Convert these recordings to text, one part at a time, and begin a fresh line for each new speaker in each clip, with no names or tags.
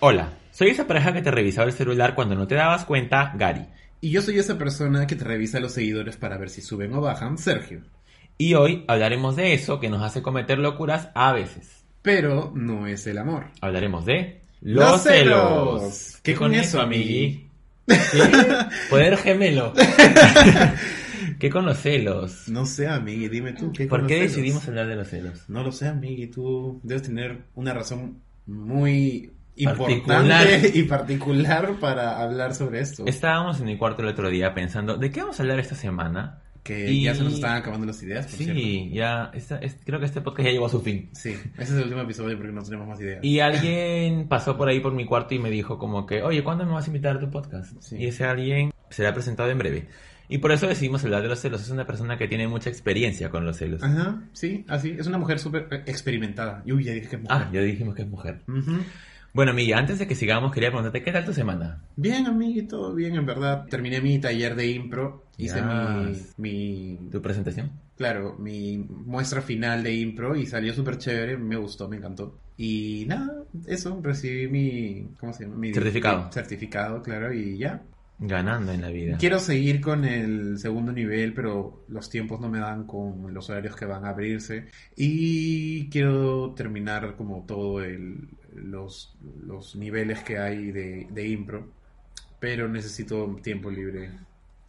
Hola, soy esa pareja que te revisaba el celular cuando no te dabas cuenta, Gary.
Y yo soy esa persona que te revisa a los seguidores para ver si suben o bajan, Sergio.
Y hoy hablaremos de eso que nos hace cometer locuras a veces.
Pero no es el amor.
Hablaremos de
¡Los celos! ¿Qué con eso,
amigui? ¿Qué? Poder gemelo. ¿Qué con los celos?
No sé, amigui, dime tú. ¿qué
¿Por
con
qué
los celos?
decidimos hablar de los celos?
No lo sé, amigui, tú debes tener una razón muy
Particular.
importante y particular para hablar sobre esto.
Estábamos en mi cuarto el otro día pensando, ¿de qué vamos a hablar esta semana?
Que
y-
ya se nos están acabando las ideas, por
Sí,
cierto.
ya, esta- es- creo que este podcast ya llegó a su fin.
Sí, ese es el último episodio porque no tenemos más ideas.
Y alguien pasó por ahí por mi cuarto y me dijo como que, oye, ¿cuándo me vas a invitar a tu podcast?
Sí.
Y ese alguien será presentado en breve. Y por eso decidimos hablar de los celos. Es una persona que tiene mucha experiencia con los celos.
Ajá, sí, así. Es una mujer súper eh, experimentada. Y uy, ya dije que es mujer.
Ah, ya dijimos que es mujer.
Ujú.
Bueno, amiga, antes de que sigamos, quería preguntarte, ¿qué tal tu semana?
Bien, amiguito, bien, en verdad. Terminé mi taller de impro. Hice
Yes.
mi, mi-
¿Tu presentación?
Claro, mi muestra final de impro y salió súper chévere. Me gustó, me encantó. Y nada, eso. Recibí mi. ¿Cómo se llama? Mi
Certificado.
mi certificado, claro, y ya.
Ganando en la vida.
Quiero seguir con el segundo nivel, pero los tiempos no me dan con los horarios que van a abrirse. Y quiero terminar como todo el, los, los niveles que hay de, de impro, pero necesito tiempo libre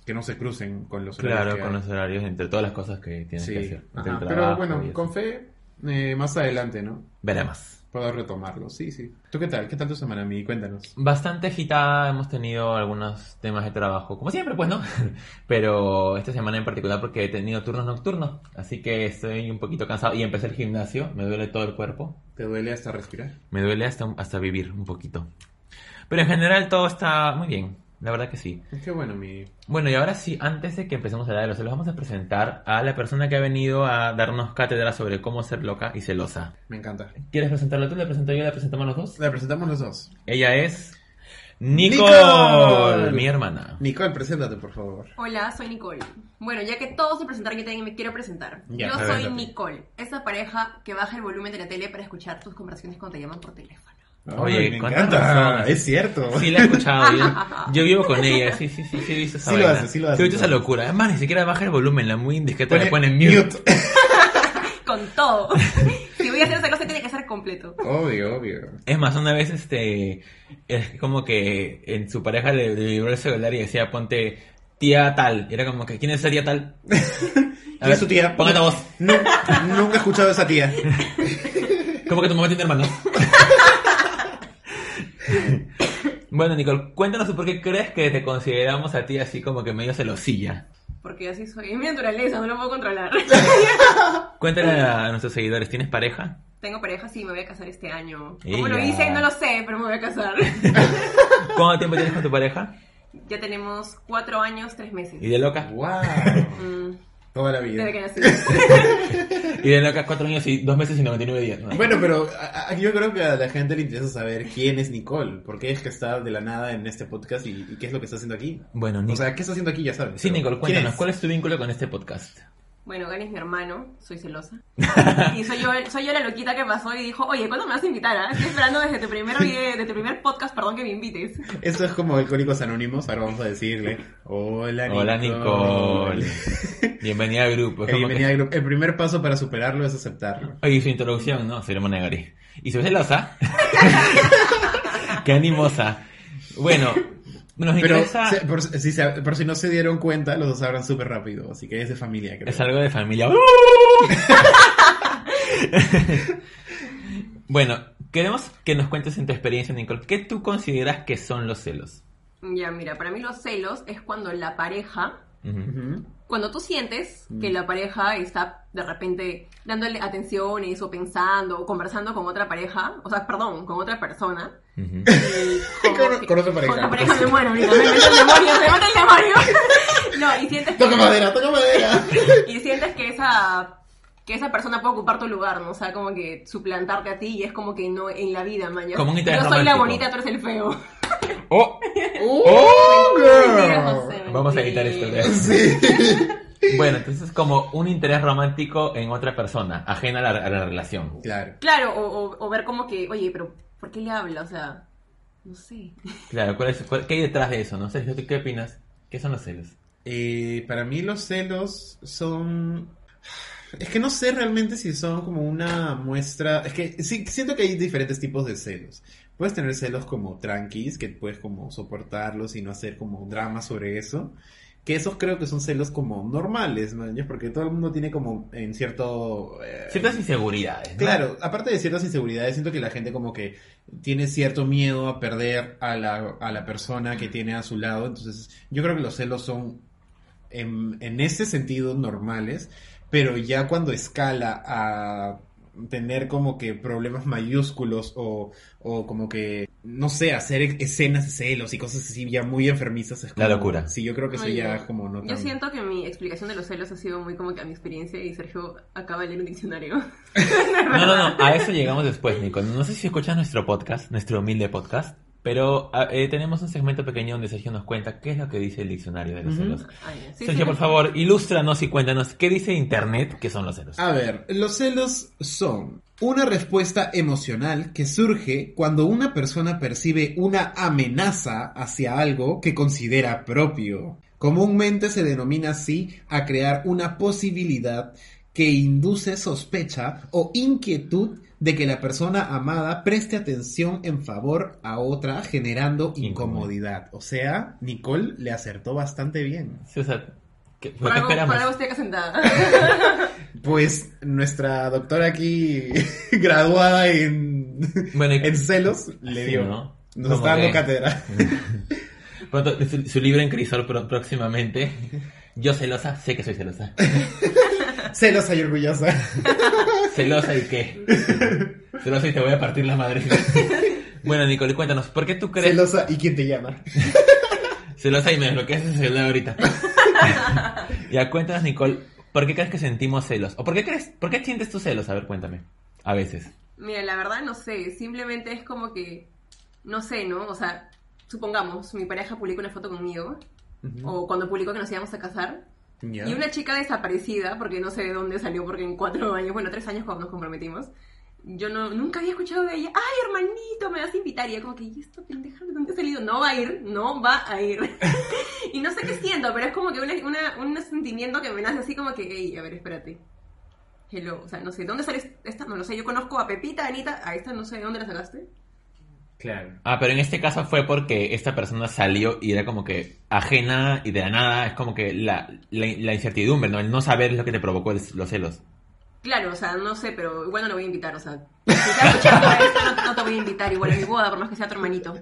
que no se crucen con los horarios.
Claro,
que
con
hay.
los horarios, entre todas las cosas que tienes
Sí,
que hacer.
ajá,
entre el
Pero
trabajo y
bueno,
eso.
con fe, eh, más adelante, ¿no?
Veremos.
Puedo retomarlo, sí, sí. ¿Tú qué tal? ¿Qué tal tu semana, mi? Cuéntanos.
Bastante agitada, hemos tenido algunos temas de trabajo, como siempre, pues, ¿no? Pero esta semana en particular porque he tenido turnos nocturnos, así que estoy un poquito cansado y empecé el gimnasio, me duele todo el cuerpo,
¿Te duele hasta respirar?
me duele hasta, hasta vivir un poquito. Pero en general todo está muy bien, la verdad que sí.
Qué bueno, mi.
Bueno, y ahora sí, antes de que empecemos a hablar de los celos, vamos a presentar a la persona que ha venido a darnos cátedra sobre cómo ser loca y celosa.
Me encanta.
¿Quieres presentarla tú? ¿La presento yo? ¿La presentamos los dos?
La presentamos los dos.
Ella es...
Nicole.
Nicole, mi hermana.
Nicole, preséntate, por favor.
Hola, soy Nicole. Bueno, ya que todos se presentaron, yo también me quiero presentar.
Ya,
yo soy
preséntate.
Nicole, esa pareja que baja el volumen de la tele para escuchar tus conversaciones cuando te llaman por teléfono.
Oye,
me
¿cuántas
encanta.
razones?
Es cierto.
Sí, la he escuchado. Yo, yo vivo con ella. Sí, sí, sí, sí, he visto esa
Sí lo
vaina.
hace, sí lo hace,
Sí he visto
sí
esa
lo hace.
locura. Además, ni siquiera baja el volumen, la muy indiscreta
Pone
le ponen mute.
Con todo. si voy a hacer esa cosa, tiene que ser completo.
Obvio, obvio.
Es más, una vez este es como que en su pareja le, le vibró el celular y decía, ponte tía tal. Y era como que, ¿quién es esa tía tal?
¿Quién es su tía?
Póngate voz.
Nu- nunca he escuchado a esa tía.
Como que tu mamá tiene hermanos. bueno, Nicole, cuéntanos tú por qué crees que te consideramos a ti así como que medio celosilla.
Porque así soy. Es mi naturaleza, no lo puedo controlar.
Cuéntale a nuestros seguidores, ¿tienes pareja?
Tengo pareja, sí, me voy a casar este año. ¿Cómo lo
Ella.
hice? No lo sé, pero me voy a casar.
¿Cuánto tiempo tienes con tu pareja?
ya tenemos cuatro años, tres meses.
Y de loca.
Wow.
Mm,
Toda la vida.
desde que nací.
Y de loca, cuatro años y dos meses y 99 días. ¿no?
Bueno, pero a- a- yo creo que a la gente le interesa saber quién es Nicole, por qué es que está de la nada en este podcast y, y qué es lo que está haciendo aquí.
Bueno,
O
Nicole.
sea, ¿qué está haciendo aquí? Ya sabes.
Sí,
pero
Nicole,
¿quién
cuéntanos,
es?
¿cuál es tu vínculo con este podcast?
Bueno, Gary es mi hermano, soy celosa. Y soy yo, soy yo la loquita que pasó y dijo, oye, ¿cuándo me vas a invitar? ah? Estoy esperando desde tu primer video, desde tu primer podcast, perdón, que me invites.
Eso es como Alcohólicos Anónimos, ahora vamos a decirle. Hola, Nicole.
Hola, Nicole. Pues, Bienvenida al grupo. Es
Eh,
como
bienvenida al grupo. El primer paso para superarlo es aceptarlo.
que- Oye, su introducción, ¿no? Ceremonia de Gary. Y su celosa. Qué animosa. Bueno, nos
Pero,
interesa.
se- por, si se- por si no se dieron cuenta, los dos hablan súper rápido, así que es de familia, creo.
Es algo de familia. bueno, queremos que nos cuentes en tu experiencia, Nicole, ¿qué tú consideras que son los celos?
Ya, mira, para mí los celos es cuando la pareja
Ujú.
Ujú.
Cuando tú sientes
Mm.
que la pareja está de repente dándole atenciones o pensando o conversando con otra pareja, o sea, perdón, con otra persona.
Ujú.
y como
Con-
que-
con otra pareja.
Con otra pareja me muero ahorita, me mete el demonio, me mete el demonio. No, y sientes que...
Toca madera, toca madera.
y sientes que esa que esa persona puede ocupar tu lugar, ¿no? O sea, como que suplantarte a ti y es como que no en la vida, mañana.
Como un
Yo soy
interés
la
romántico.
bonita, tú eres el feo.
¡Oh!
¡Oh,
Mentira,
girl!
José,
Vamos a
mentira.
editar esto. ¿eh? ¿verdad? Bueno, entonces es como un interés romántico en otra persona, ajena a la, a la relación.
Claro.
Claro, o, o- o ver como que, oye, pero ¿por qué le habla? O sea, no sé.
Claro, ¿cuál es, cuál- ¿qué hay detrás de eso? No sé, ¿tú qué opinas? ¿Qué son los celos?
Eh, para mí los celos son... Es que no sé realmente si son como una muestra... Es que sí, siento que hay diferentes tipos de celos. Puedes tener celos como tranquis, que puedes como soportarlos y no hacer como drama sobre eso. Que esos creo que son celos como normales, ¿no? Porque todo el mundo tiene como en cierto... eh,
Ciertas inseguridades. ¿no?
Claro, aparte de ciertas inseguridades, siento que la gente como que tiene cierto miedo a perder a la, a la persona que tiene a su lado. Entonces, yo creo que los celos son en, en ese sentido normales, pero ya cuando escala a tener como que problemas mayúsculos o, o como que, no sé, hacer e-, escenas de celos y cosas así ya muy enfermizas. Es
La
como-
locura.
Sí, yo creo que eso
Oye,
ya es como no
Yo
tan-
siento que mi explicación de los celos ha sido muy como que a mi experiencia y Sergio acaba de leer un diccionario.
No, no, no, a eso llegamos después, Nico. No sé si escuchas nuestro podcast, nuestro humilde podcast, pero ah, eh, tenemos un segmento pequeño donde Sergio nos cuenta qué es lo que dice el diccionario de los
Ujú.
celos.
Ay, sí, sí,
Sergio, por
sí.
favor, ilústranos y cuéntanos qué dice Internet que son los celos.
Ah.
A ver, los celos son una respuesta emocional que surge cuando una persona percibe una amenaza hacia algo que considera propio. Comúnmente se denomina así a crear una posibilidad que induce sospecha o inquietud de que la persona amada preste atención en favor a otra generando incomodidad. O sea, Nicole le acertó bastante bien.
Sí, o sea, ¿qué, ¿qué
Por algo, por
esperamos?
algo estoy acá sentada.
Pues nuestra doctora aquí, graduada en,
Bueno, y-
en celos, le
Sí,
dio.
¿no?
Nos
Como
está dando
que-
cátedra.
Pronto, su, su libro en crisol pro- próximamente. Yo celosa, sé que soy celosa.
Celosa y orgullosa.
¿Celosa y qué? Celosa y te voy a partir la madre. Bueno, Nicole, cuéntanos, ¿por qué tú crees
Celosa y quién te llama.
celosa y me desbloqueas el celular ahorita? ya, cuéntanos, Nicole, ¿por qué crees que sentimos celos? ¿O por qué crees, por qué sientes tus celos? A ver, cuéntame. A veces.
Mira, la verdad no sé, simplemente es como que, no sé, ¿no? O sea, supongamos, mi pareja publica una foto conmigo, o cuando publicó que nos íbamos a casar,
Ya.
y una chica desaparecida, porque no sé de dónde salió, porque en cuatro años, bueno, tres años cuando nos comprometimos, yo no, nunca había escuchado de ella, ay, hermanito, me vas a invitar, y yo como que, ¿y esta pendeja de dónde ha salido? No va a ir, no va a ir. y no sé qué siento, pero es como que una, una- un sentimiento que me nace así como que, hey, a ver, espérate. Hello, o sea, no sé, ¿dónde sale esta? No lo sé, yo conozco a Pepita, a Anita, a esta no sé de dónde la sacaste.
Claro.
Ah, pero en este caso fue porque esta persona salió y era como que ajena y de la nada. Es como que la, la, la incertidumbre, ¿no? El no saber es lo que te provocó el- los celos.
Claro, o sea, no sé, pero igual no la voy a invitar, o sea, si estás escuchando esto, no, no te voy a invitar, igual a mi boda, por más que sea tu hermanito.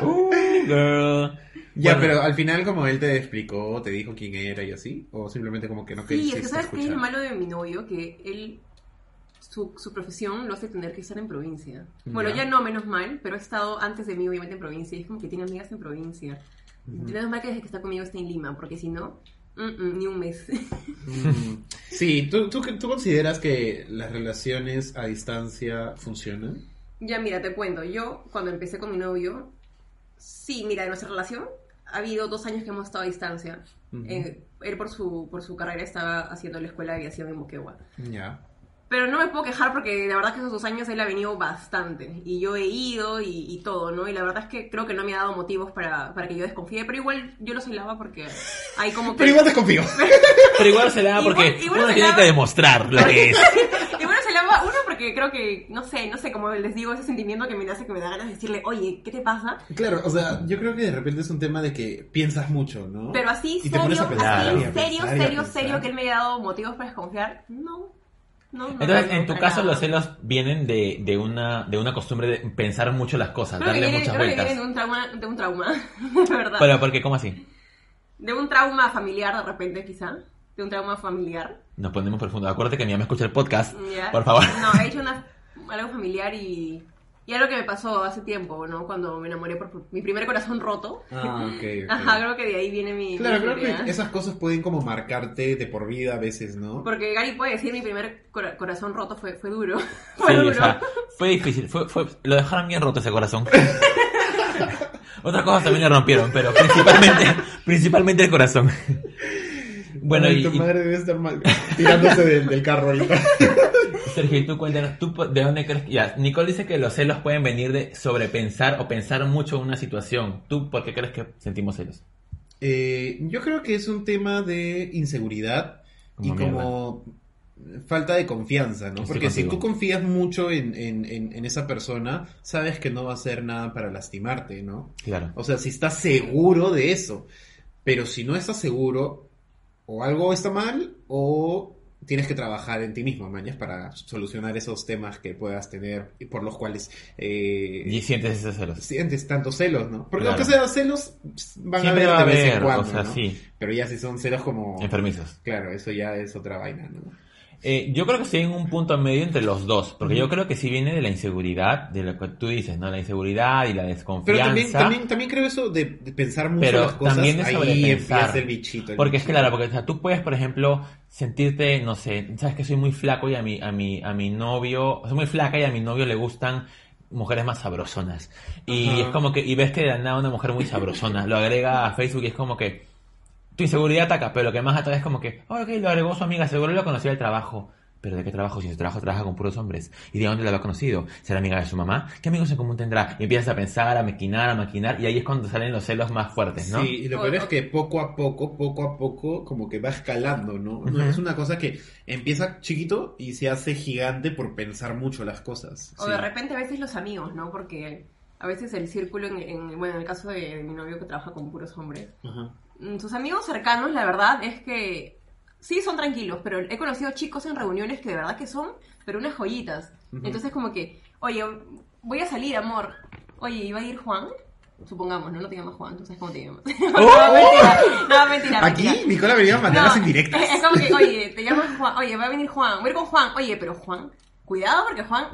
Uh, girl.
Ya,
Bueno,
pero al final como él te explicó, te dijo quién era y así, o simplemente como que no
Sí,
quisiste
es que sabes qué es lo
escuchar.
malo de mi novio, que él, su, su profesión lo hace tener que estar en provincia. Bueno,
Ya.
ya no, menos mal, pero he estado antes de mí obviamente en provincia, y es como que tiene amigas en provincia.
Mm.
Menos mal que desde que está conmigo está en Lima, porque si no, mm, mm, ni un mes.
Mm. Sí, ¿tú, tú, tú consideras que las relaciones a distancia funcionan?
Ya, mira, te cuento. Yo, cuando empecé con mi novio, sí, mira, en nuestra relación ha habido dos años que hemos estado a distancia.
Ujú.
Eh, él, por su, por su carrera, estaba haciendo la escuela de aviación en Moquegua.
Ya.
Pero no me puedo quejar porque la verdad que esos dos años él ha venido bastante. Y yo he ido y, y todo, ¿no? Y la verdad es que creo que no me ha dado motivos para, para que yo desconfíe. Pero igual yo lo celaba porque hay como que.
Pero igual te confío.
Pero igual se da
Igual-
porque
igual
uno
se
tiene
la-
que demostrar lo que es.
Y bueno, se llama uno porque creo que, no sé, no sé, como les digo, ese sentimiento que me hace que me da ganas de decirle, oye, ¿qué te pasa?
Claro, o sea, yo creo que de repente es un tema de que piensas mucho, ¿no?
Pero así,
Y te
serio,
pones a pensar,
así,
y a
serio,
pensar, y a
serio,
pensar.
serio, que él me haya dado motivos para desconfiar, no. No, no,
Entonces,
no,
en tu
para
caso,
nada.
los celos vienen de, de, una, de una costumbre de pensar mucho las cosas,
Creo que
darle
viene,
muchas
creo que viene
vueltas.
de un trauma, de un trauma, de verdad.
Pero, porque ¿Cómo así?
De un trauma familiar, de repente, quizá. De un trauma familiar.
Nos ponemos profundo. Acuérdate que mi mamá escucha el podcast.
Ya.
Por favor.
No, he hecho una- algo familiar y, y algo que me pasó hace tiempo, ¿no? Cuando me enamoré por, por mi primer corazón roto.
Ah, ok, ok.
Ajá, creo que de ahí viene mi.
Claro,
mi
creo
inseguridad.
que esas cosas pueden como marcarte de por vida a veces, ¿no?
Porque Gary puede decir mi primer cora- corazón roto fue, fue duro. fue
Sí,
duro.
o sea, fue difícil. Fue, fue- lo dejaron bien roto ese corazón. Otras cosas también le rompieron, pero principalmente, principalmente el corazón. Bueno,
Ay,
y,
tu
y-
madre debe estar mal tirándose del, del carro ahorita.
Sergio, y tú cuéntanos, ¿tú po- de dónde crees que... Ya, Nicole dice que los celos pueden venir de sobrepensar o pensar mucho en una situación. ¿Tú por qué crees que sentimos celos?
Eh, yo creo que es un tema de inseguridad
Como
y
mierda.
como falta de confianza, ¿no?
Estoy
Porque si
contigo.
tú confías mucho en, en- en- en esa persona, sabes que no va a hacer nada para lastimarte, ¿no?
Claro.
O sea, si estás seguro de eso. Pero si no estás seguro, o algo está mal, o tienes que trabajar en ti mismo, mañas, para solucionar esos temas que puedas tener y por los cuales eh,
Y sientes esos celos.
sientes tantos celos, ¿no? Porque
Claro.
aunque sean celos, van
Siempre
a haber
va a
de vez en
haber,
cuando,
o sea,
¿no?
sí,
Pero ya si son celos como...
enfermizos.
Claro, eso ya es otra vaina, ¿no?
Eh, yo creo que sí hay un punto medio entre los dos, porque yo creo que sí viene de la inseguridad, de lo que tú dices, ¿no? La inseguridad y la desconfianza.
Pero también, también, también creo eso de, de pensar mucho
Pero
las cosas,
también de
ahí
sobrepensar.
empieza el bichito. el
Porque es
bichito.
claro, porque o sea, tú puedes, por ejemplo, sentirte, no sé, sabes que soy muy flaco y a mi, a mi, a mi novio, soy muy flaca y a mi novio le gustan mujeres más sabrosonas. Y
Ajá.
es como que, y ves que de la nada una mujer muy sabrosona, lo agrega a Facebook y es como que tu inseguridad ataca, pero lo que más ataca es como que, "Ah, ok, lo agregó su amiga, seguro lo conocía del trabajo. Pero ¿de qué trabajo? Si en su trabajo trabaja con puros hombres. ¿Y de dónde la había conocido? ¿Será amiga de su mamá? ¿Qué amigos en común tendrá? Y empiezas a pensar, a maquinar, a maquinar, y ahí es cuando salen los celos más fuertes, ¿no?
Sí, y lo
O-
peor es
o-
que poco a poco, poco a poco, como que va escalando, ¿no?
Ujú.
No Es una cosa que empieza chiquito y se hace gigante por pensar mucho las cosas.
O
sí.
de repente a veces los amigos, ¿no? Porque a veces el círculo, en, en- bueno, en el caso de mi novio que trabaja con puros hombres,
Ajá.
mm, sus amigos cercanos, la verdad es que sí son tranquilos, pero he conocido chicos en reuniones que de verdad que son, pero unas joyitas.
Ujú.
Entonces como que, oye, voy a salir, amor. Oye, ¿iba a ir Juan? Supongamos, ¿no? No te llamas Juan, tú sabes cómo te llamas. no, mentira, no, mentira,
Aquí
mentira.
Nicola venía a
No,
mandarlas en directo.
Es como que, oye, te llamas Juan, oye, va a venir Juan, voy a ir con Juan, oye, pero Juan, cuidado porque Juan,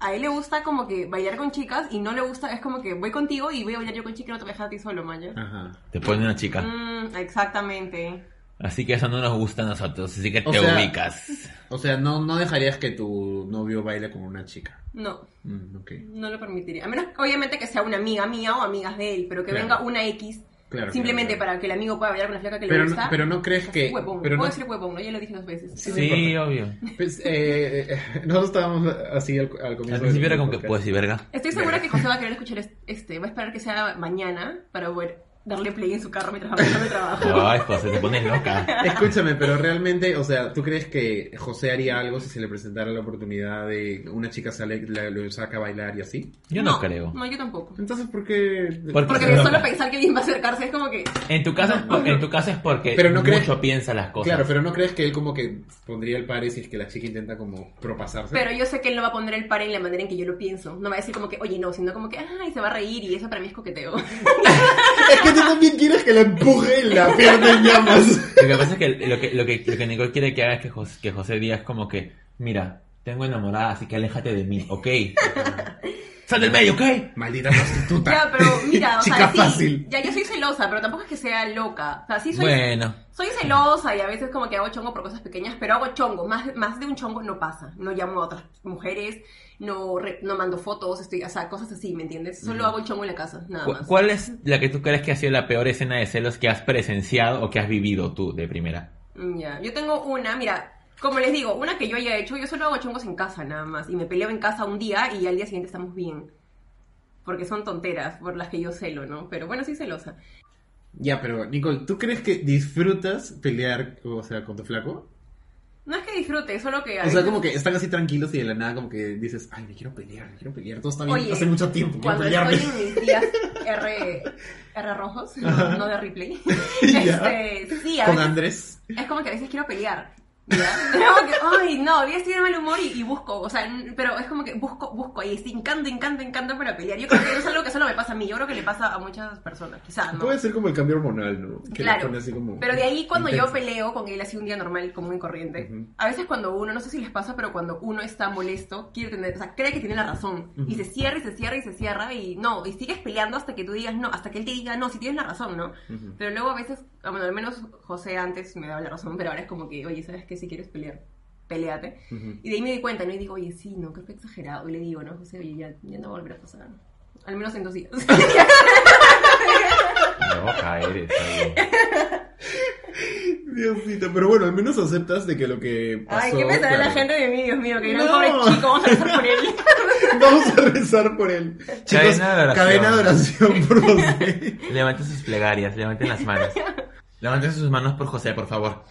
a él le gusta como que bailar con chicas y no le gusta, es como que voy contigo y voy a bailar yo con chicas y no te voy a dejar a ti solo, maño.
Ajá.
Te pone una chica.
Mm, exactamente.
Así que eso no nos gusta a nosotros, así que
O
te
sea-
ubicas.
O sea, no, no dejarías que tu novio baile con una chica.
No,
Mm, ok.
no lo permitiría. A menos, obviamente, que sea una amiga mía o amigas de él, pero que
Claro.
venga una X
Claro,
simplemente
claro, claro.
para que el amigo pueda bailar con la flaca que
Pero
le
no,
gusta.
pero no crees que...
Huevón,
Pero no-
puedo decir huevón, ¿no? ya lo dije dos veces.
Sí,
Sí,
no importa.
obvio.
pues, eh, eh, nosotros estábamos así al, al comienzo.
Al principio
del
era como que
podcast.
puedes y verga.
Estoy segura que José va a querer escuchar es- este. Va a esperar que sea mañana para poder darle play en su carro mientras va a mi trabajo.
Ay, José, te pones loca.
Escúchame, pero realmente, o sea, ¿tú crees que José haría algo si se le presentara la oportunidad de una chica sale, la, lo saca a bailar y así?
Yo no, creo.
No, yo tampoco.
Entonces, ¿por qué?
Porque-
Porque
No.
solo pensar que alguien va a acercarse es como que.
En tu caso, es por- en tu caso es porque
Pero no
mucho
crees-
piensa las cosas.
Claro, pero ¿no crees que él como que pondría el pare si es que la chica intenta como propasarse?
Pero yo sé que él no va a poner el par en la manera en que yo lo pienso. No va a decir como que, oye, no, sino como que, ay, se va a reír y eso para mí es coqueteo.
Es que tú también quieres que la empuje y la pierda en llamas.
Lo que pasa es que lo que, lo que, lo que Nicole quiere que haga es que José, que José Díaz como que, mira, tengo enamorada, así que aléjate de mí, ¿ok? Sal del medio, ¿ok?
Maldita prostituta.
ya, pero mira, o
Ah. Chica
sea, sí.
fácil.
Ya, yo soy celosa, pero tampoco es que sea loca. O sea, sí soy.
Bueno,
Soy celosa y a veces como que hago chongo por cosas pequeñas, pero hago chongo, más, más de un chongo no pasa. No llamo a otras mujeres, no, re- no mando fotos, estoy, o sea, cosas así, ¿me entiendes? Solo hago chongo en la casa, nada
¿cu-
más.
¿cuál es la que tú crees que ha sido la peor escena de celos que has presenciado o que has vivido tú de primera?
Mm, Ya, yo tengo una, mira, como les digo, una que yo haya hecho, yo solo hago chongos en casa nada más, y me peleo en casa un día y al día siguiente estamos bien. Porque son tonteras por las que yo celo, ¿no? Pero bueno, soy celosa.
Ya, pero Nicole, ¿tú crees que disfrutas pelear, o sea, con tu flaco?
No es que disfrute, solo que... a
O sea,
veces-
como que están así tranquilos y de la nada como que dices, ay, me quiero pelear, me quiero pelear, todo está bien,
Oye,
hace mucho tiempo, quiero
Cuando
pelearme.
estoy en mis días R, R rojos, no, no de replay,
Ya.
este, sí, a
Con
veces-
Andrés.
es como que a veces quiero pelear. ¿ya? Es como que, ay, ay, no, hoy día estoy de mal humor y, y busco, o sea, n- pero es como que busco, busco ahí, sí, encanto, encanto, encanto para pelear. Yo creo que no es algo que solo me pasa a mí, yo creo que le pasa a muchas personas, quizás, ¿no?
Puede ser como el cambio hormonal, ¿no? Que la
Claro.
pone así como...
Pero de ahí cuando yo
intensa.
peleo con él así un día normal, común y corriente,
Ujú.
a veces cuando uno, no sé si les pasa, pero cuando uno está molesto, quiere tener, o sea, cree que tiene la razón y se cierra y se cierra y se cierra y no, y sigues peleando hasta que tú digas no, hasta que él te diga no, si tienes la razón, ¿no?
Ujú.
Pero luego a veces, ah, bueno, al menos José antes me daba la razón, pero ahora es como que, oye, ¿sabes qué? Si quieres pelear, peleate.
Ujú.
Y de ahí me di cuenta, ¿no? Y digo, oye, sí, no, creo que he exagerado. Y le digo, no, José, oye, ya, ya no va a volver a pasar. Al menos en dos días.
No, caer, está bien.
Diosito, pero bueno, al menos aceptas de que lo que pasó...
Ay, ¿qué pensará
claro.
la gente de mí, Dios mío? Que dirán,
No.
pobre chico, vamos a rezar por él.
Vamos a rezar por él. Chicos,
Cadena de oración.
cadena de oración por José.
Levanten sus plegarias, levanten las manos. Levanten sus manos por José, por favor.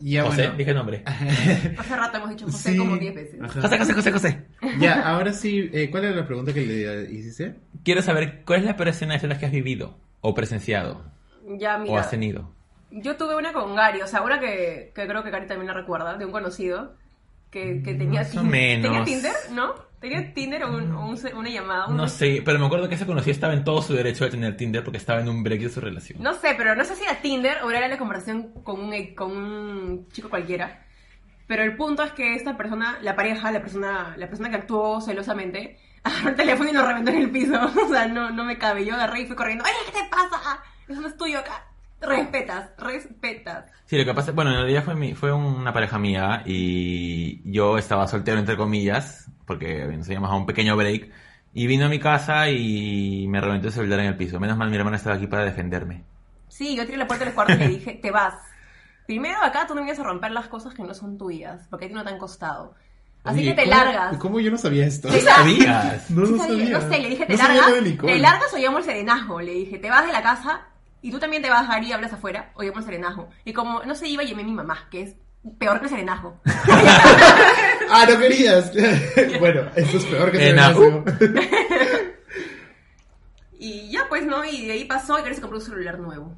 Ya,
José,
bueno.
dije nombre.
Hace rato hemos dicho José
Sí.
como 10 veces.
Ajá.
José, José, José, José.
Ya, ahora sí, eh, ¿cuál era la pregunta que le eh, hiciste?
Quiero saber cuál es la peor escena de celos que has vivido, o presenciado,
Ya,
o has
mira.
tenido.
Yo tuve una con Gary, o sea, una que, que creo que Gary también la recuerda, de un conocido que, que tenía,
Más o
Tin-
menos.
tenía Tinder, ¿no? Tenía Tinder o un- o un- una llamada. un-
No sé, pero me acuerdo que ese conocido estaba en todo su derecho de tener Tinder porque estaba en un break de su relación.
No sé, pero no sé si era Tinder o era la conversación con un, con un chico cualquiera. Pero el punto es que esta persona, la pareja, la persona, la persona que actuó celosamente, agarró el teléfono y lo reventó en el piso. O sea, no, no me cabe. Yo agarré y fui corriendo. ¡Ay, qué te pasa! Eso no es tuyo acá. Respetas, respetas.
Sí, lo que pasa, bueno, en realidad fue, mi, fue una pareja mía y yo estaba soltero, entre comillas, porque nos íbamos a un pequeño break, y vino a mi casa y me reventó el celular en el piso. Menos mal mi hermana estaba aquí para defenderme.
Sí, yo tiré la puerta del cuarto y le dije, te vas. Primero acá tú no vienes a romper las cosas que no son tuyas, porque a ti no te han costado. Así
Oye,
que te
¿cómo-
largas.
¿Cómo yo no sabía esto?
Te
¿Sabías?
No
Sí
lo
sabía,
sabía.
No sé, le dije, te
No sabía
largas.
lo del licor.
Te largas o llamo el serenazgo. Le dije, te vas de la casa y tú también te vas, Gary, hablas afuera o llamo el serenazgo. Y como no se iba, llamé a mi mamá, que es peor que el serenazgo.
Ah, no querías. bueno, eso es peor que
En
te
Ajú.
y ya, pues, ¿no? Y de ahí pasó y Gary se compró un celular nuevo.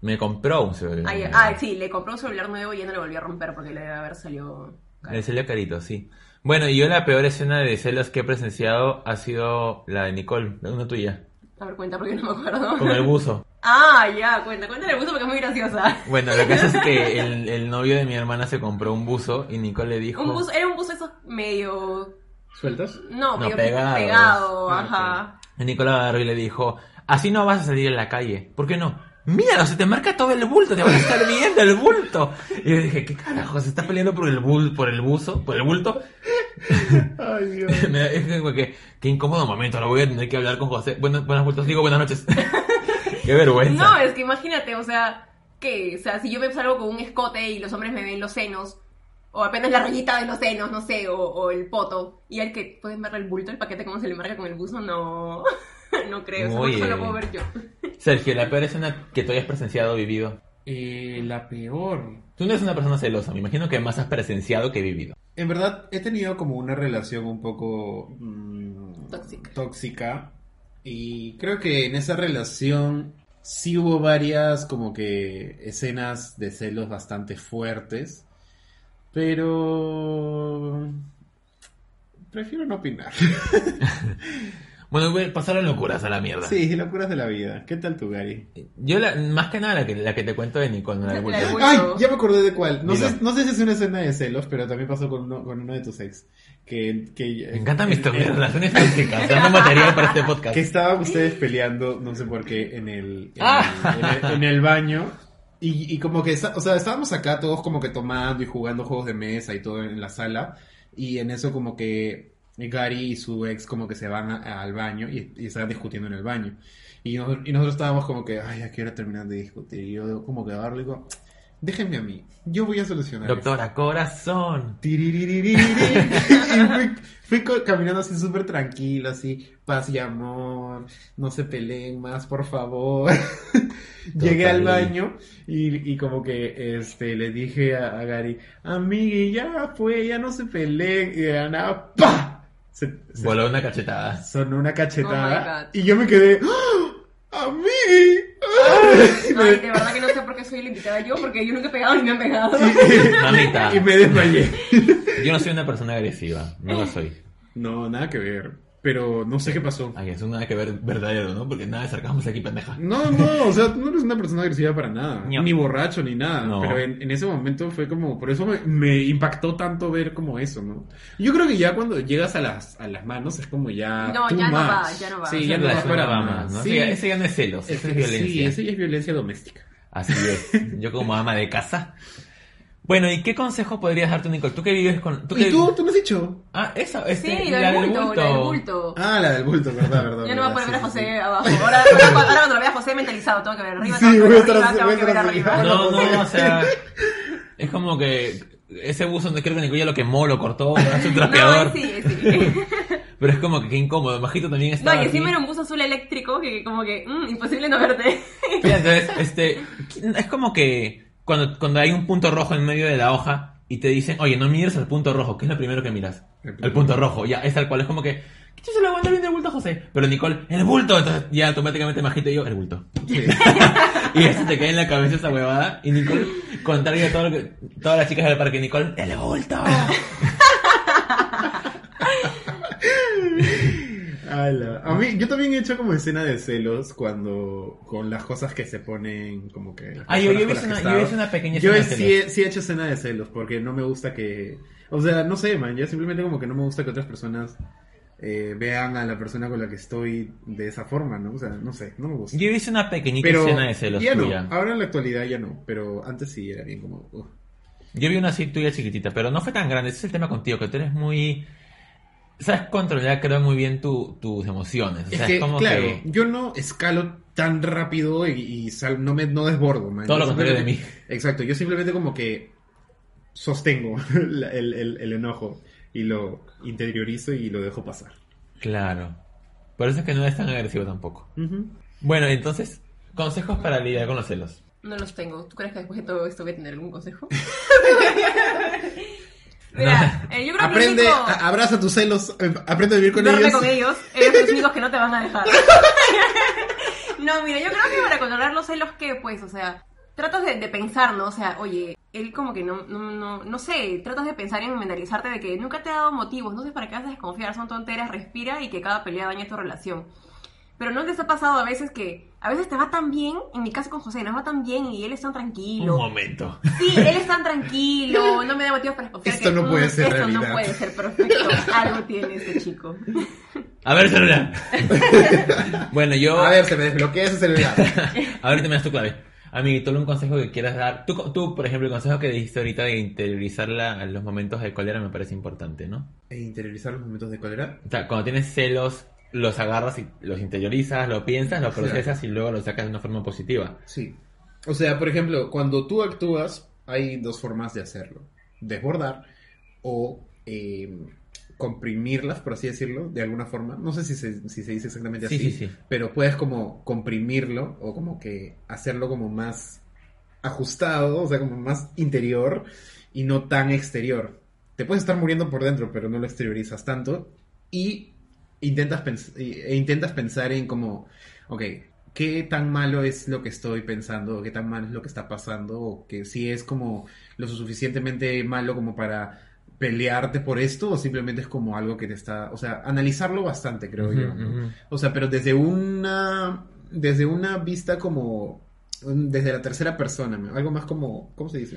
Me compró un celular.
Ay, ah, sí, le compró un celular nuevo y ya no lo volvió a romper porque le debe haber salido. caro.
El celo carito, sí. Bueno, y yo la peor escena de celos que he presenciado ha sido la de Nicole, la una tuya,
A ver, cuenta porque no me acuerdo.
con el buzo.
Ah, ya, cuenta, cuéntale el gusto porque es muy graciosa.
Bueno, lo que pasa es que el, el novio de mi hermana se compró un buzo y Nicole le dijo...
Un buzo, era un buzo esos medio.
¿Sueltas?
No,
No,
medio
pegados.
pegado,
Ah,
ajá.
Y Nicolás agarró y le dijo, así no vas a salir en la calle. ¿Por qué no? Míralo, se te marca todo el bulto, te vas a estar viendo el bulto. Y yo dije, ¿qué carajo? ¿Se está peleando por el bul por el buzo, por el bulto?
Ay, Dios.
Me da- es como que, qué incómodo momento, lo voy a tener que hablar con José. Buenas, buenas vueltas, digo buenas noches. qué vergüenza.
No, es que imagínate, o sea, que, o sea, si yo me salgo con un escote y los hombres me ven los senos, o apenas la rayita de los senos, no sé, o, o el poto, y al que puedes ver el bulto, el paquete, cómo se le marca con el buzo, no, no creo, eso
Muy
no
bien.
lo puedo ver yo.
Sergio, la peor escena que tú hayas presenciado o vivido.
Eh, la peor.
Tú no eres una persona celosa, me imagino que más has presenciado que vivido.
En verdad, he tenido como una relación un poco mm,
Tóxica.
tóxica. Y creo que en esa relación sí hubo varias como que escenas de celos bastante fuertes. Pero... Prefiero no opinar.
Bueno, güey, pasaron locuras a la mierda.
Sí, locuras de la vida. ¿Qué tal tú, Gary?
Yo, la- más que nada, la que, la que te cuento de Nicole, no la del
La del
bulto.
bulto.
Ay, ya me acordé de cuál. No
Dilo.
sé, no sé si es una escena de celos, pero también pasó con uno, con uno de tus ex. Que, que,
Me encantan mis
eh,
mis relaciones tóxicas, dando material para este podcast.
Que estaban ustedes peleando, no sé por qué, en el, en,
Ah.
el, en el- en el baño. Y, y como que, esta- o sea, estábamos acá todos como que tomando y jugando juegos de mesa y todo en la sala. Y en eso como que Gary y su ex como que se van a- al baño y, y estaban discutiendo en el baño. Y, nos- y nosotros estábamos como que, ay, aquí ahora terminan de discutir. Y yo como que agarro y digo, déjenme a mí, yo voy a solucionar. esto".
Doctora, corazón.
Tiriririririri. Y fui, fui co- caminando así súper tranquilo, así, paz y amor, no se peleen más, por favor. Llegué al
Total.
baño y, y como que este le dije a, a Gary, amigui, ya fue, ya no se peleen, y de la nada, ¡pa! Se, se
Voló una cachetada.
sonó una
Oh my
cachetada
God.
y yo me quedé, ¡Ah! ¡Amigui! ¡Ah!
Ay, de verdad que no sé por qué soy la invitada yo, porque yo nunca he pegado ni me han pegado.
Mamita,
Y me desmayé.
yo no soy una persona agresiva, no lo soy.
No, nada que ver. Pero no sé qué pasó.
Ay, eso nada que ver verdadero, ¿no? Porque nada de sarcasmo es aquí, pendeja.
No, no, o sea, tú no eres una persona agresiva para nada.
No.
Ni borracho, ni nada.
No.
Pero en, en ese momento fue como, por eso me, me impactó tanto ver como eso, ¿no? Yo creo que ya cuando llegas a las, a las manos es como ya...
No,
too
ya no
much.
va, ya no va.
Sí,
Esa
ya no va
Relación
para
nada
más.
más, ¿no?
Sí,
Sí, ese ya no es celos, ese es violencia.
Sí, ese ya es violencia doméstica.
Así es. Yo como ama de casa. Bueno, ¿y qué consejo podrías darte, Nicole? Tú que vives con... que-
¿Y tú? ¿Tú me has dicho?
Ah, esa,
Sí,
este,
la del bulto, la del bulto.
Ah, la del bulto, verdad, verdad.
Yo no voy a poder
verdad,
ver
sí,
a
sí,
José
sí.
abajo. Ahora, ahora cuando- ahora cuando lo vea a José mentalizado, tengo que ver arriba, tengo
Sí,
que
voy a
ver
estar
arriba,
así,
tengo
voy a
que ver
estar
arriba.
así.
No, no, o sea, es como que ese buzo donde creo que Nicole ya lo quemó, lo cortó, le hace un
No,
trapeador.
sí, sí.
Pero es como que qué incómodo. Majito también está.
No, y encima era un buzo azul eléctrico que como que, mm, imposible no verte.
Entonces, este, es como que cuando, cuando hay un punto rojo en medio de la hoja y te dicen, oye, no mires al punto rojo, ¿qué es lo primero que miras?
El
El
punto
punto, rojo, ya, es tal cual, es como que, ¿qué se lo aguanta bien del bulto, José? Pero Nicole, el bulto, entonces ya automáticamente Majito y yo, el bulto. y eso te cae en la cabeza esa huevada. Y Nicole, contrario a todo lo que, todas las chicas del parque, Nicole, el bulto.
Ala. A mí, yo también he hecho como escena de celos cuando con las cosas que se ponen como que... las
Ah, yo- yo
personas
he visto una- yo he
con las que estabas.
visto una pequeña
Yo
escena
he-
de
sí, he, sí he hecho escena de celos porque no me gusta que... O sea, no sé, man, ya simplemente como que no me gusta que otras personas eh, vean a la persona con la que estoy de esa forma, ¿no? O sea, no sé, no me gusta.
Yo hice una pequeñita
pero
escena de celos
ya
tuya.
no, ahora en la actualidad ya no, pero antes sí era bien como... uh.
Yo vi una así tuya chiquitita, pero no fue tan grande. Ese es el tema contigo, que tú eres muy... Sabes controlar, creo, muy bien tu- tus emociones. O sea,
Es
es,
que,
como
claro,
que...
yo no escalo tan rápido y, y sal- no me no desbordo, man.
Todo
Yo
lo contrario de
simplemente- Exacto, yo simplemente como que sostengo la- el, el- el enojo y lo interiorizo y lo dejo pasar.
Claro. Por eso es que no es tan agresivo tampoco. Bueno, entonces, consejos para lidiar con los celos.
No los tengo. ¿Tú crees que después de todo esto voy a tener algún consejo?
No.
Mira, eh, yo creo
Aprende,
que lo único-
a- abraza tus celos, eh, aprende a vivir con
duerme
ellos.
con ellos, eres los únicos que no te van a dejar. no, mira, yo creo que para controlar los celos, ¿qué? Pues, o sea, tratas de, de pensar, ¿no? O sea, oye, él como que no, no, no, no sé, tratas de pensar y mentalizarte de que nunca te ha dado motivos, no sé para qué vas a desconfiar, son tonteras, respira y que cada pelea daña tu relación. Pero no les ha pasado a veces que, a veces te va tan bien, en mi caso con José, nos va tan bien y él es tan
Un
tranquilo.
momento.
Sí, él es tan tranquilo, no me da motivos para desconfiar.
Esto no puede
mm,
ser
Esto
realidad.
no puede ser perfecto. Algo tiene ese chico.
A ver, celular. bueno, yo...
A ver, se me desbloquea ese celular.
A ver, te me das tu clave. Amiguito, un consejo que quieras dar. Tú, tú, por ejemplo, el consejo que dijiste ahorita de interiorizar la- los momentos de cólera me parece importante, ¿no?
e interiorizar los momentos de cólera.
O sea, cuando tienes celos, los agarras y los interiorizas, lo piensas, lo procesas y luego lo sacas de una forma positiva.
Sí. O sea, por ejemplo, cuando tú actúas, hay dos formas de hacerlo. Desbordar o eh, comprimirlas, por así decirlo, de alguna forma. No sé si se, si se dice exactamente
Sí,
así,
sí, sí.
pero puedes como comprimirlo o como que hacerlo como más ajustado, o sea, como más interior y no tan exterior. Te puedes estar muriendo por dentro, pero no lo exteriorizas tanto y intentas, pens- y- e intentas pensar en como, ok, ¿qué tan malo es lo que estoy pensando? ¿Qué tan malo es lo que está pasando? ¿O que si es como lo suficientemente malo como para pelearte por esto o simplemente es como algo que te está, o sea, analizarlo bastante, creo yo.
Ujú,
¿no?
ujú.
O sea, pero desde una desde una vista como mm, desde la tercera persona, ¿no? algo más como ¿cómo se dice?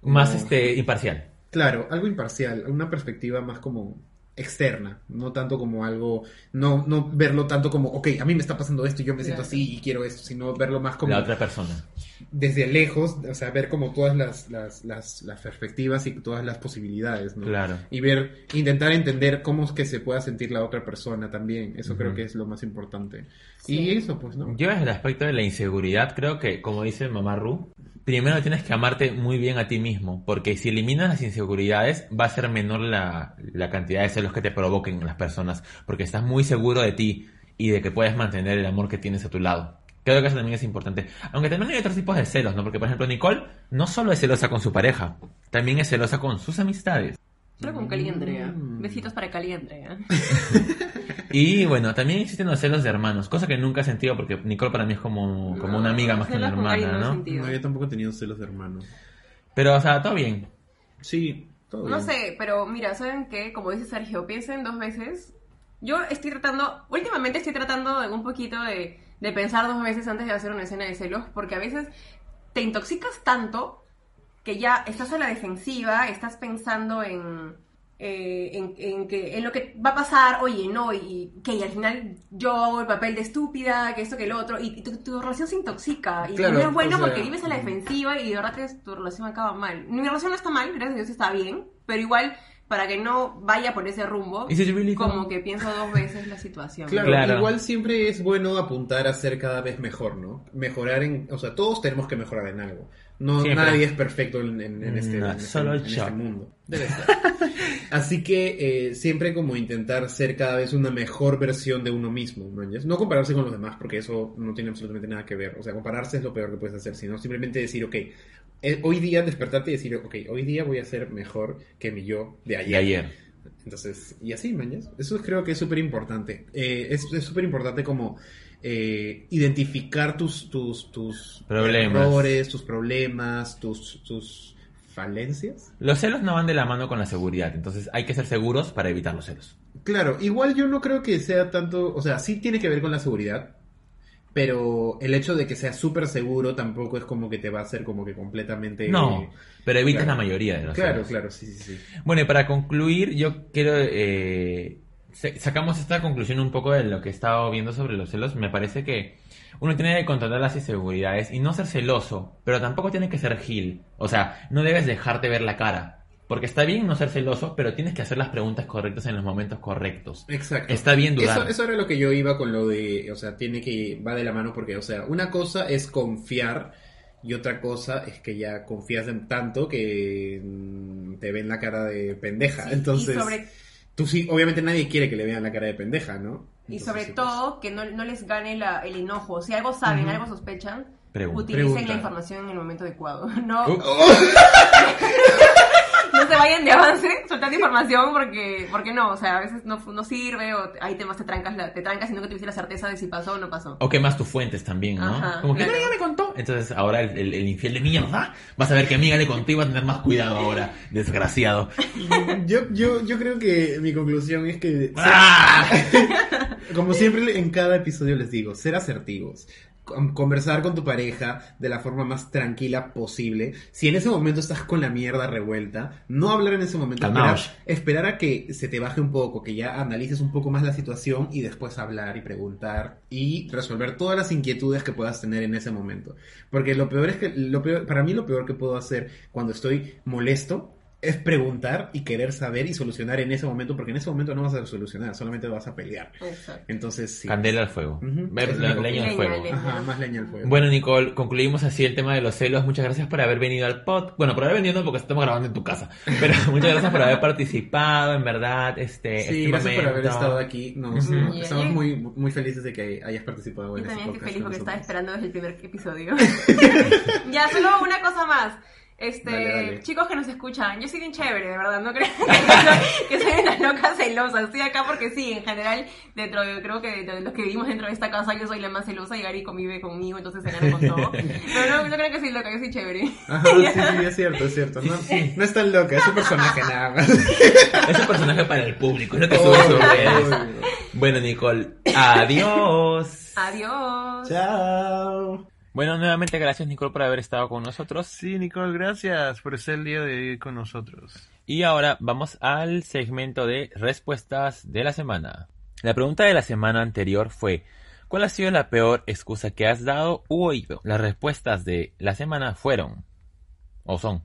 Como-
Más este imparcial.
Claro, algo imparcial, una perspectiva más como externa, no tanto como algo no no verlo tanto como, ok, a mí me está pasando esto y yo me siento
Claro.
así y quiero esto, sino verlo más como
La otra persona.
desde lejos, o sea, ver como todas las las, las, las perspectivas y todas las posibilidades, ¿no?
Claro.
Y ver, intentar entender cómo es que se pueda sentir la otra persona también. Eso creo
Ujú.
que es lo más importante.
Sí.
Y eso, pues, ¿no?
Yo desde el aspecto de la inseguridad creo que, como dice mamá Ru, primero tienes que amarte muy bien a ti mismo, porque si eliminas las inseguridades va a ser menor la, la cantidad de celos que te provoquen las personas, porque estás muy seguro de ti y de que puedes mantener el amor que tienes a tu lado. Creo que eso también es importante. Aunque también hay otros tipos de celos, ¿no? Porque, por ejemplo, Nicole no solo es celosa con su pareja, también es celosa con sus amistades.
Creo con Cali y Andrea.
Mm.
Besitos para Cali y Andrea.
Y bueno, también existen los celos de hermanos, cosa que nunca he sentido porque Nicole para mí es como, como una amiga más que una
celos con
hermana,
Gary no he
¿no?
sentido.
No, yo tampoco he tenido celos de hermano.
Pero, o sea, todo bien.
Sí, todo
No
bien.
sé, pero mira, ¿saben qué? Como dice Sergio, piensen dos veces. Yo estoy tratando, últimamente estoy tratando de un poquito de, de pensar dos veces antes de hacer una escena de celos, porque a veces te intoxicas tanto que ya estás a la defensiva, estás pensando en, eh, en, en que, en lo que va a pasar, oye, no, y que y al final yo hago el papel de estúpida, que esto, que lo otro, y, y tu, tu relación se intoxica. Y
Claro,
no es bueno
o sea,
porque vives a la
ujú.
defensiva y de verdad que tu relación acaba mal. Mi relación no está mal, gracias a Dios está bien, pero igual, para que no vaya por ese rumbo,
Is it really
como
true?
que pienso dos veces la situación.
Claro,
Claro.
igual siempre es bueno apuntar a ser cada vez mejor, ¿no? Mejorar en, o sea, todos tenemos que mejorar en algo. No,
Siempre.
nadie es perfecto en, en- en este,
No,
en este-
solo
en
yo.
este mundo. Debe ser. Así que eh, siempre como intentar ser cada vez una mejor versión de uno mismo, ¿no? No compararse con los demás, porque eso no tiene absolutamente nada que ver. O sea, compararse es lo peor que puedes hacer, sino simplemente decir, ok, eh, hoy día despertarte y decir, ok, hoy día voy a ser mejor que mi yo de
Y ayer.
entonces, y así, mañas. Eso creo que es súper importante. Eh, es es súper importante como eh, identificar tus, tus, tus
Problemas.
errores, tus problemas, tus, tus falencias.
Los celos no van de la mano con la seguridad, entonces hay que ser seguros para evitar los celos.
Claro, igual yo no creo que sea tanto, o sea, sí tiene que ver con la seguridad, pero el hecho de que sea súper seguro tampoco es como que te va a hacer como que completamente...
No, pero evitas
claro.
la mayoría de los
Claro,
celos.
claro, sí, sí, sí.
Bueno, y para concluir, yo quiero... eh, se- sacamos esta conclusión un poco de lo que he estado viendo sobre los celos. Me parece que uno tiene que controlar las inseguridades y no ser celoso, pero tampoco tiene que ser gil. O sea, no debes dejarte ver la cara. Porque está bien no ser celoso, pero tienes que hacer las preguntas correctas en los momentos correctos.
Exacto.
Está bien dudar.
Eso, eso era lo que yo iba con lo de, o sea, tiene que, va de la mano porque, o sea, una cosa es confiar y otra cosa es que ya confías en tanto que mm, te ven la cara de pendeja.
Sí,
Entonces,
y sobre,
tú sí, obviamente nadie quiere que le vean la cara de pendeja, ¿no?
y
Entonces,
sobre
sí, pues.
todo, que no, no les gane la- el enojo. Si algo saben, algo sospechan,
Pregunta.
utilicen
Pregunta.
la información en el momento adecuado. No,
Uh.
no se vayan de avance soltando información porque, porque no, o sea, a veces no, no sirve o te- ahí te, más te trancas, la, te trancas y nunca tuviste la certeza de si pasó o no pasó.
O quemas tus fuentes también, ¿no?
Ajá,
Como que
claro.
"No, ella me contó. Entonces ahora el, el- el infiel de mierda va a saber que amiga le contó y va a tener más cuidado ahora, desgraciado.
Yo, yo, yo creo que mi conclusión es que
¡Ah!
Como siempre en cada episodio les digo, ser asertivos. Con- Conversar con tu pareja de la forma más tranquila posible. Si en ese momento estás con la mierda revuelta, no hablar en ese momento. Esperar,
Calmaos.
esperar a que se te baje un poco, que ya analices un poco más la situación y después hablar y preguntar y resolver todas las inquietudes que puedas tener en ese momento. Porque lo peor es que, lo peor, para mí lo peor que puedo hacer cuando estoy molesto es preguntar y querer saber y solucionar en ese momento, porque en ese momento no vas a solucionar, solamente vas a pelear.
Exacto.
Entonces, sí.
Candela al fuego.
Ujú.
Ve-
Es
la-
mi
leña al
conclusión.
fuego.
Leña,
Ajá, más leña al fuego.
Bueno, Nicole, concluimos así el tema de los celos. Muchas gracias por haber venido al pod. Bueno, por haber venido no, porque estamos grabando en tu casa. Pero muchas gracias por haber participado, en verdad. Este,
sí,
este
gracias por haber
momento.
estado aquí. Nos,
Ujú.
nos- estamos muy, muy felices de que hayas participado
Yo
en este
también estoy
podcast. con
feliz porque estaba
nosotros.
esperando desde el primer episodio. ya, solo una cosa más. Este,
Dale, dale.
chicos que nos escuchan, yo soy bien chévere, de verdad, no creo que, que soy una loca celosa. Estoy acá porque sí, en general, dentro de, creo que de los que vivimos dentro de esta casa, yo soy la más celosa y Gary convive conmigo, entonces se gana con todo. Pero no, no creo que soy loca, yo soy chévere.
Ajá, sí, sí, es cierto, es cierto. No, no es tan loca, es un personaje nada más.
Es un personaje para el público, es lo que sube en sus redes.
Obvio, obvio.
Bueno, Nicole, adiós.
Adiós.
Chao.
Bueno, nuevamente gracias, Nicole, por haber estado con nosotros.
Sí, Nicole, gracias por estar el día de hoy con nosotros.
Y ahora vamos al segmento de respuestas de la semana. La pregunta de la semana anterior fue, ¿cuál ha sido la peor excusa que has dado u oído? Las respuestas de la semana fueron, o son,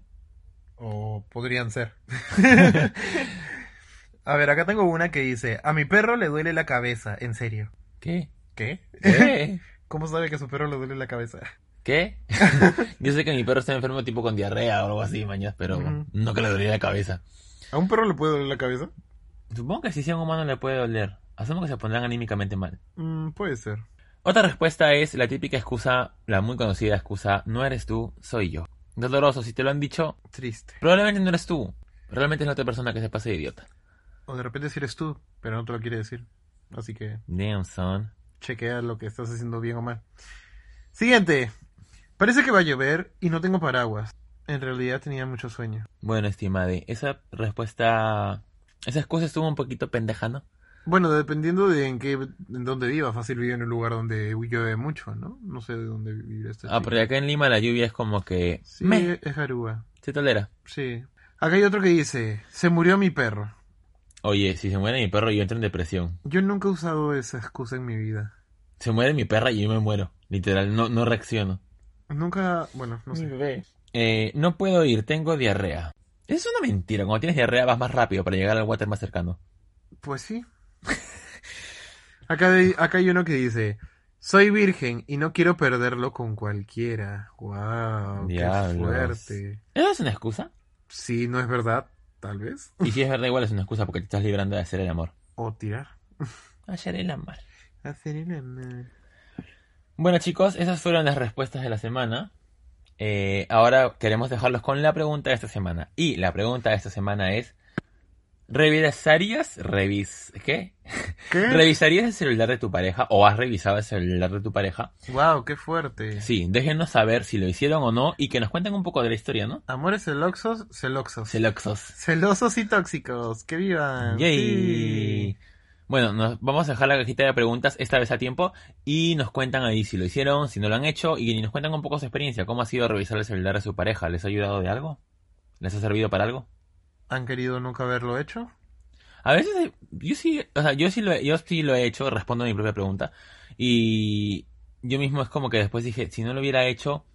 O podrían ser. A ver, acá tengo una que dice, a mi perro le duele la cabeza, en serio.
¿qué?
¿Qué?
¿Qué?
¿Cómo sabe que a su perro le duele la cabeza?
¿Qué? Yo sé que mi perro está enfermo tipo con diarrea o algo así, mañana, pero
Ujú.
no que le dolía la cabeza.
¿A un perro le puede doler la cabeza?
Supongo que si a un humano le puede doler, asumo que se pondrán anímicamente mal.
Mm, puede ser.
Otra respuesta es la típica excusa, la muy conocida excusa, no eres tú, soy yo. Doloroso, si te lo han dicho,
Triste.
probablemente no eres tú. Realmente es la otra persona que se pasa de idiota.
O de repente si eres tú, pero no te lo quiere decir. Así que
Damn, son.
chequea lo que estás haciendo bien o mal. Siguiente. Parece que va a llover y no tengo paraguas. En realidad tenía mucho sueño.
Bueno, estimade, esa respuesta. Esa excusa estuvo un poquito pendeja, ¿no?
Bueno, dependiendo de en qué, en dónde viva, fácil vive en un lugar donde llueve mucho, ¿no? No sé de dónde este vivirá esta
Ah,
chica.
porque acá en Lima la lluvia es como que.
Sí,
meh,
es Garúa.
se tolera.
Sí. Acá hay otro que dice, se murió mi perro.
Oye, si se muere mi perro, yo entro en depresión.
Yo nunca he usado esa excusa en mi vida.
Se muere mi perra y yo me muero. Literal, no, no reacciono.
Nunca, bueno, no sé.
Eh, no puedo ir, tengo diarrea. Es una mentira. Cuando tienes diarrea vas más rápido para llegar al water más cercano.
Pues sí. Acá, de- acá hay uno que dice, soy virgen y no quiero perderlo con cualquiera. Wow, qué
Diablos.
fuerte.
¿Eso es una excusa?
Sí, no es verdad, tal vez.
Y si es verdad, igual es una excusa porque te estás librando de hacer el amor.
O tirar.
Hacer el amor.
Hacer el amor.
Bueno, chicos, esas fueron las respuestas de la semana. Eh, ahora queremos dejarlos con la pregunta de esta semana. Y la pregunta de esta semana es: ¿Revisarías, revis, ¿qué?
¿Qué?
¿Revisarías el celular de tu pareja o has revisado el celular de tu pareja?
wow, qué fuerte.
Sí, déjenos saber si lo hicieron o no y que nos cuenten un poco de la historia, ¿no?
Amores celoxos, celoxos.
Celoxos.
Celosos y tóxicos, que vivan.
Yay. Bueno, nos vamos a dejar la cajita de preguntas esta vez a tiempo y nos cuentan ahí si lo hicieron, si no lo han hecho y nos cuentan un poco su experiencia, cómo ha sido revisar el celular a su pareja, ¿les ha ayudado de algo? ¿Les ha servido para algo?
¿Han querido nunca haberlo hecho?
A veces eh, yo sí, o sea, yo sí lo he, yo sí lo he hecho, respondo a mi propia pregunta y yo mismo es como que después dije, si no lo hubiera hecho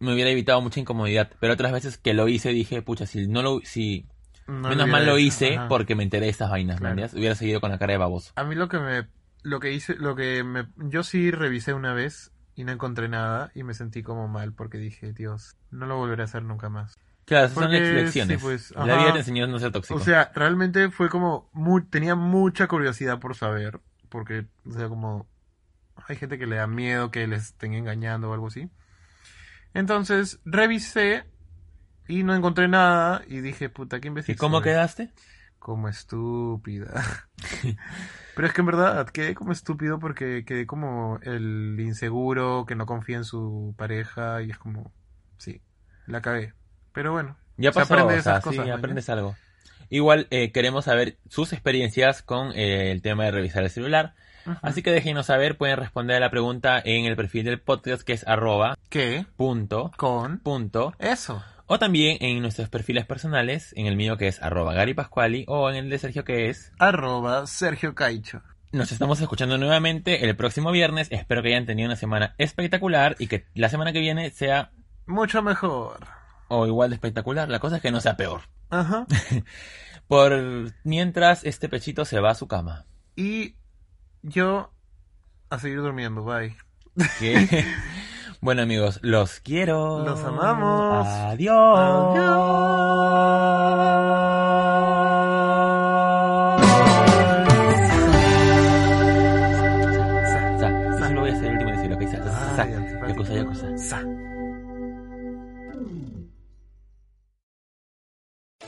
me hubiera evitado mucha incomodidad, pero otras veces que lo hice dije, pucha, si no lo si
No
menos
hubiera
mal lo
hecho,
hice
ajá.
porque me enteré de estas vainas,
Claro.
¿me entiendes? Hubiera seguido con la cara de baboso.
A mí lo que me... Lo que hice... Lo que me... Yo sí revisé una vez y no encontré nada y me sentí como mal porque dije, Dios, no lo volveré a hacer nunca más.
Claro, esas son
Porque,
lex- lecciones.
sí, pues,
la
ajá.
vida te enseñó a no ser tóxico.
O sea, realmente fue como... mu- tenía mucha curiosidad por saber porque, o sea, como... Hay gente que le da miedo que les estén engañando o algo así. Entonces, revisé y no encontré nada y dije, puta, ¿qué
¿Y
investigación?
cómo quedaste?
como estúpida. Pero es que en verdad quedé como estúpido porque quedé como el inseguro que no confía en su pareja y es como, sí, la cagué. Pero bueno,
Ya
Se
pasó,
aprende
o
de
sea,
esas
sí,
cosas, ¿no?
aprendes algo. Igual eh, queremos saber sus experiencias con eh, el tema de revisar el celular. Así que déjenos saber, pueden responder a la pregunta en el perfil del podcast que es arroba
¿qué?
punto
Con
punto
eso.
o también en nuestros perfiles personales, en el mío que es arroba Gary Pascuali o en el de Sergio que es
Arroba Sergio Caicho.
Nos estamos escuchando nuevamente el próximo viernes. Espero que hayan tenido una semana espectacular y que la semana que viene sea
Mucho mejor.
o igual de espectacular. La cosa es que no sea peor.
Ajá.
Por mientras este pechito se va a su cama.
Y yo a seguir durmiendo, bye.
Que- bueno amigos, los quiero.
Los amamos.
Adiós. Sa, sa, Eso lo voy a hacer el último en decirlo, ok, sa, sa, sa,
Ay, antipático.
Yakuza, yakuza.
Sa.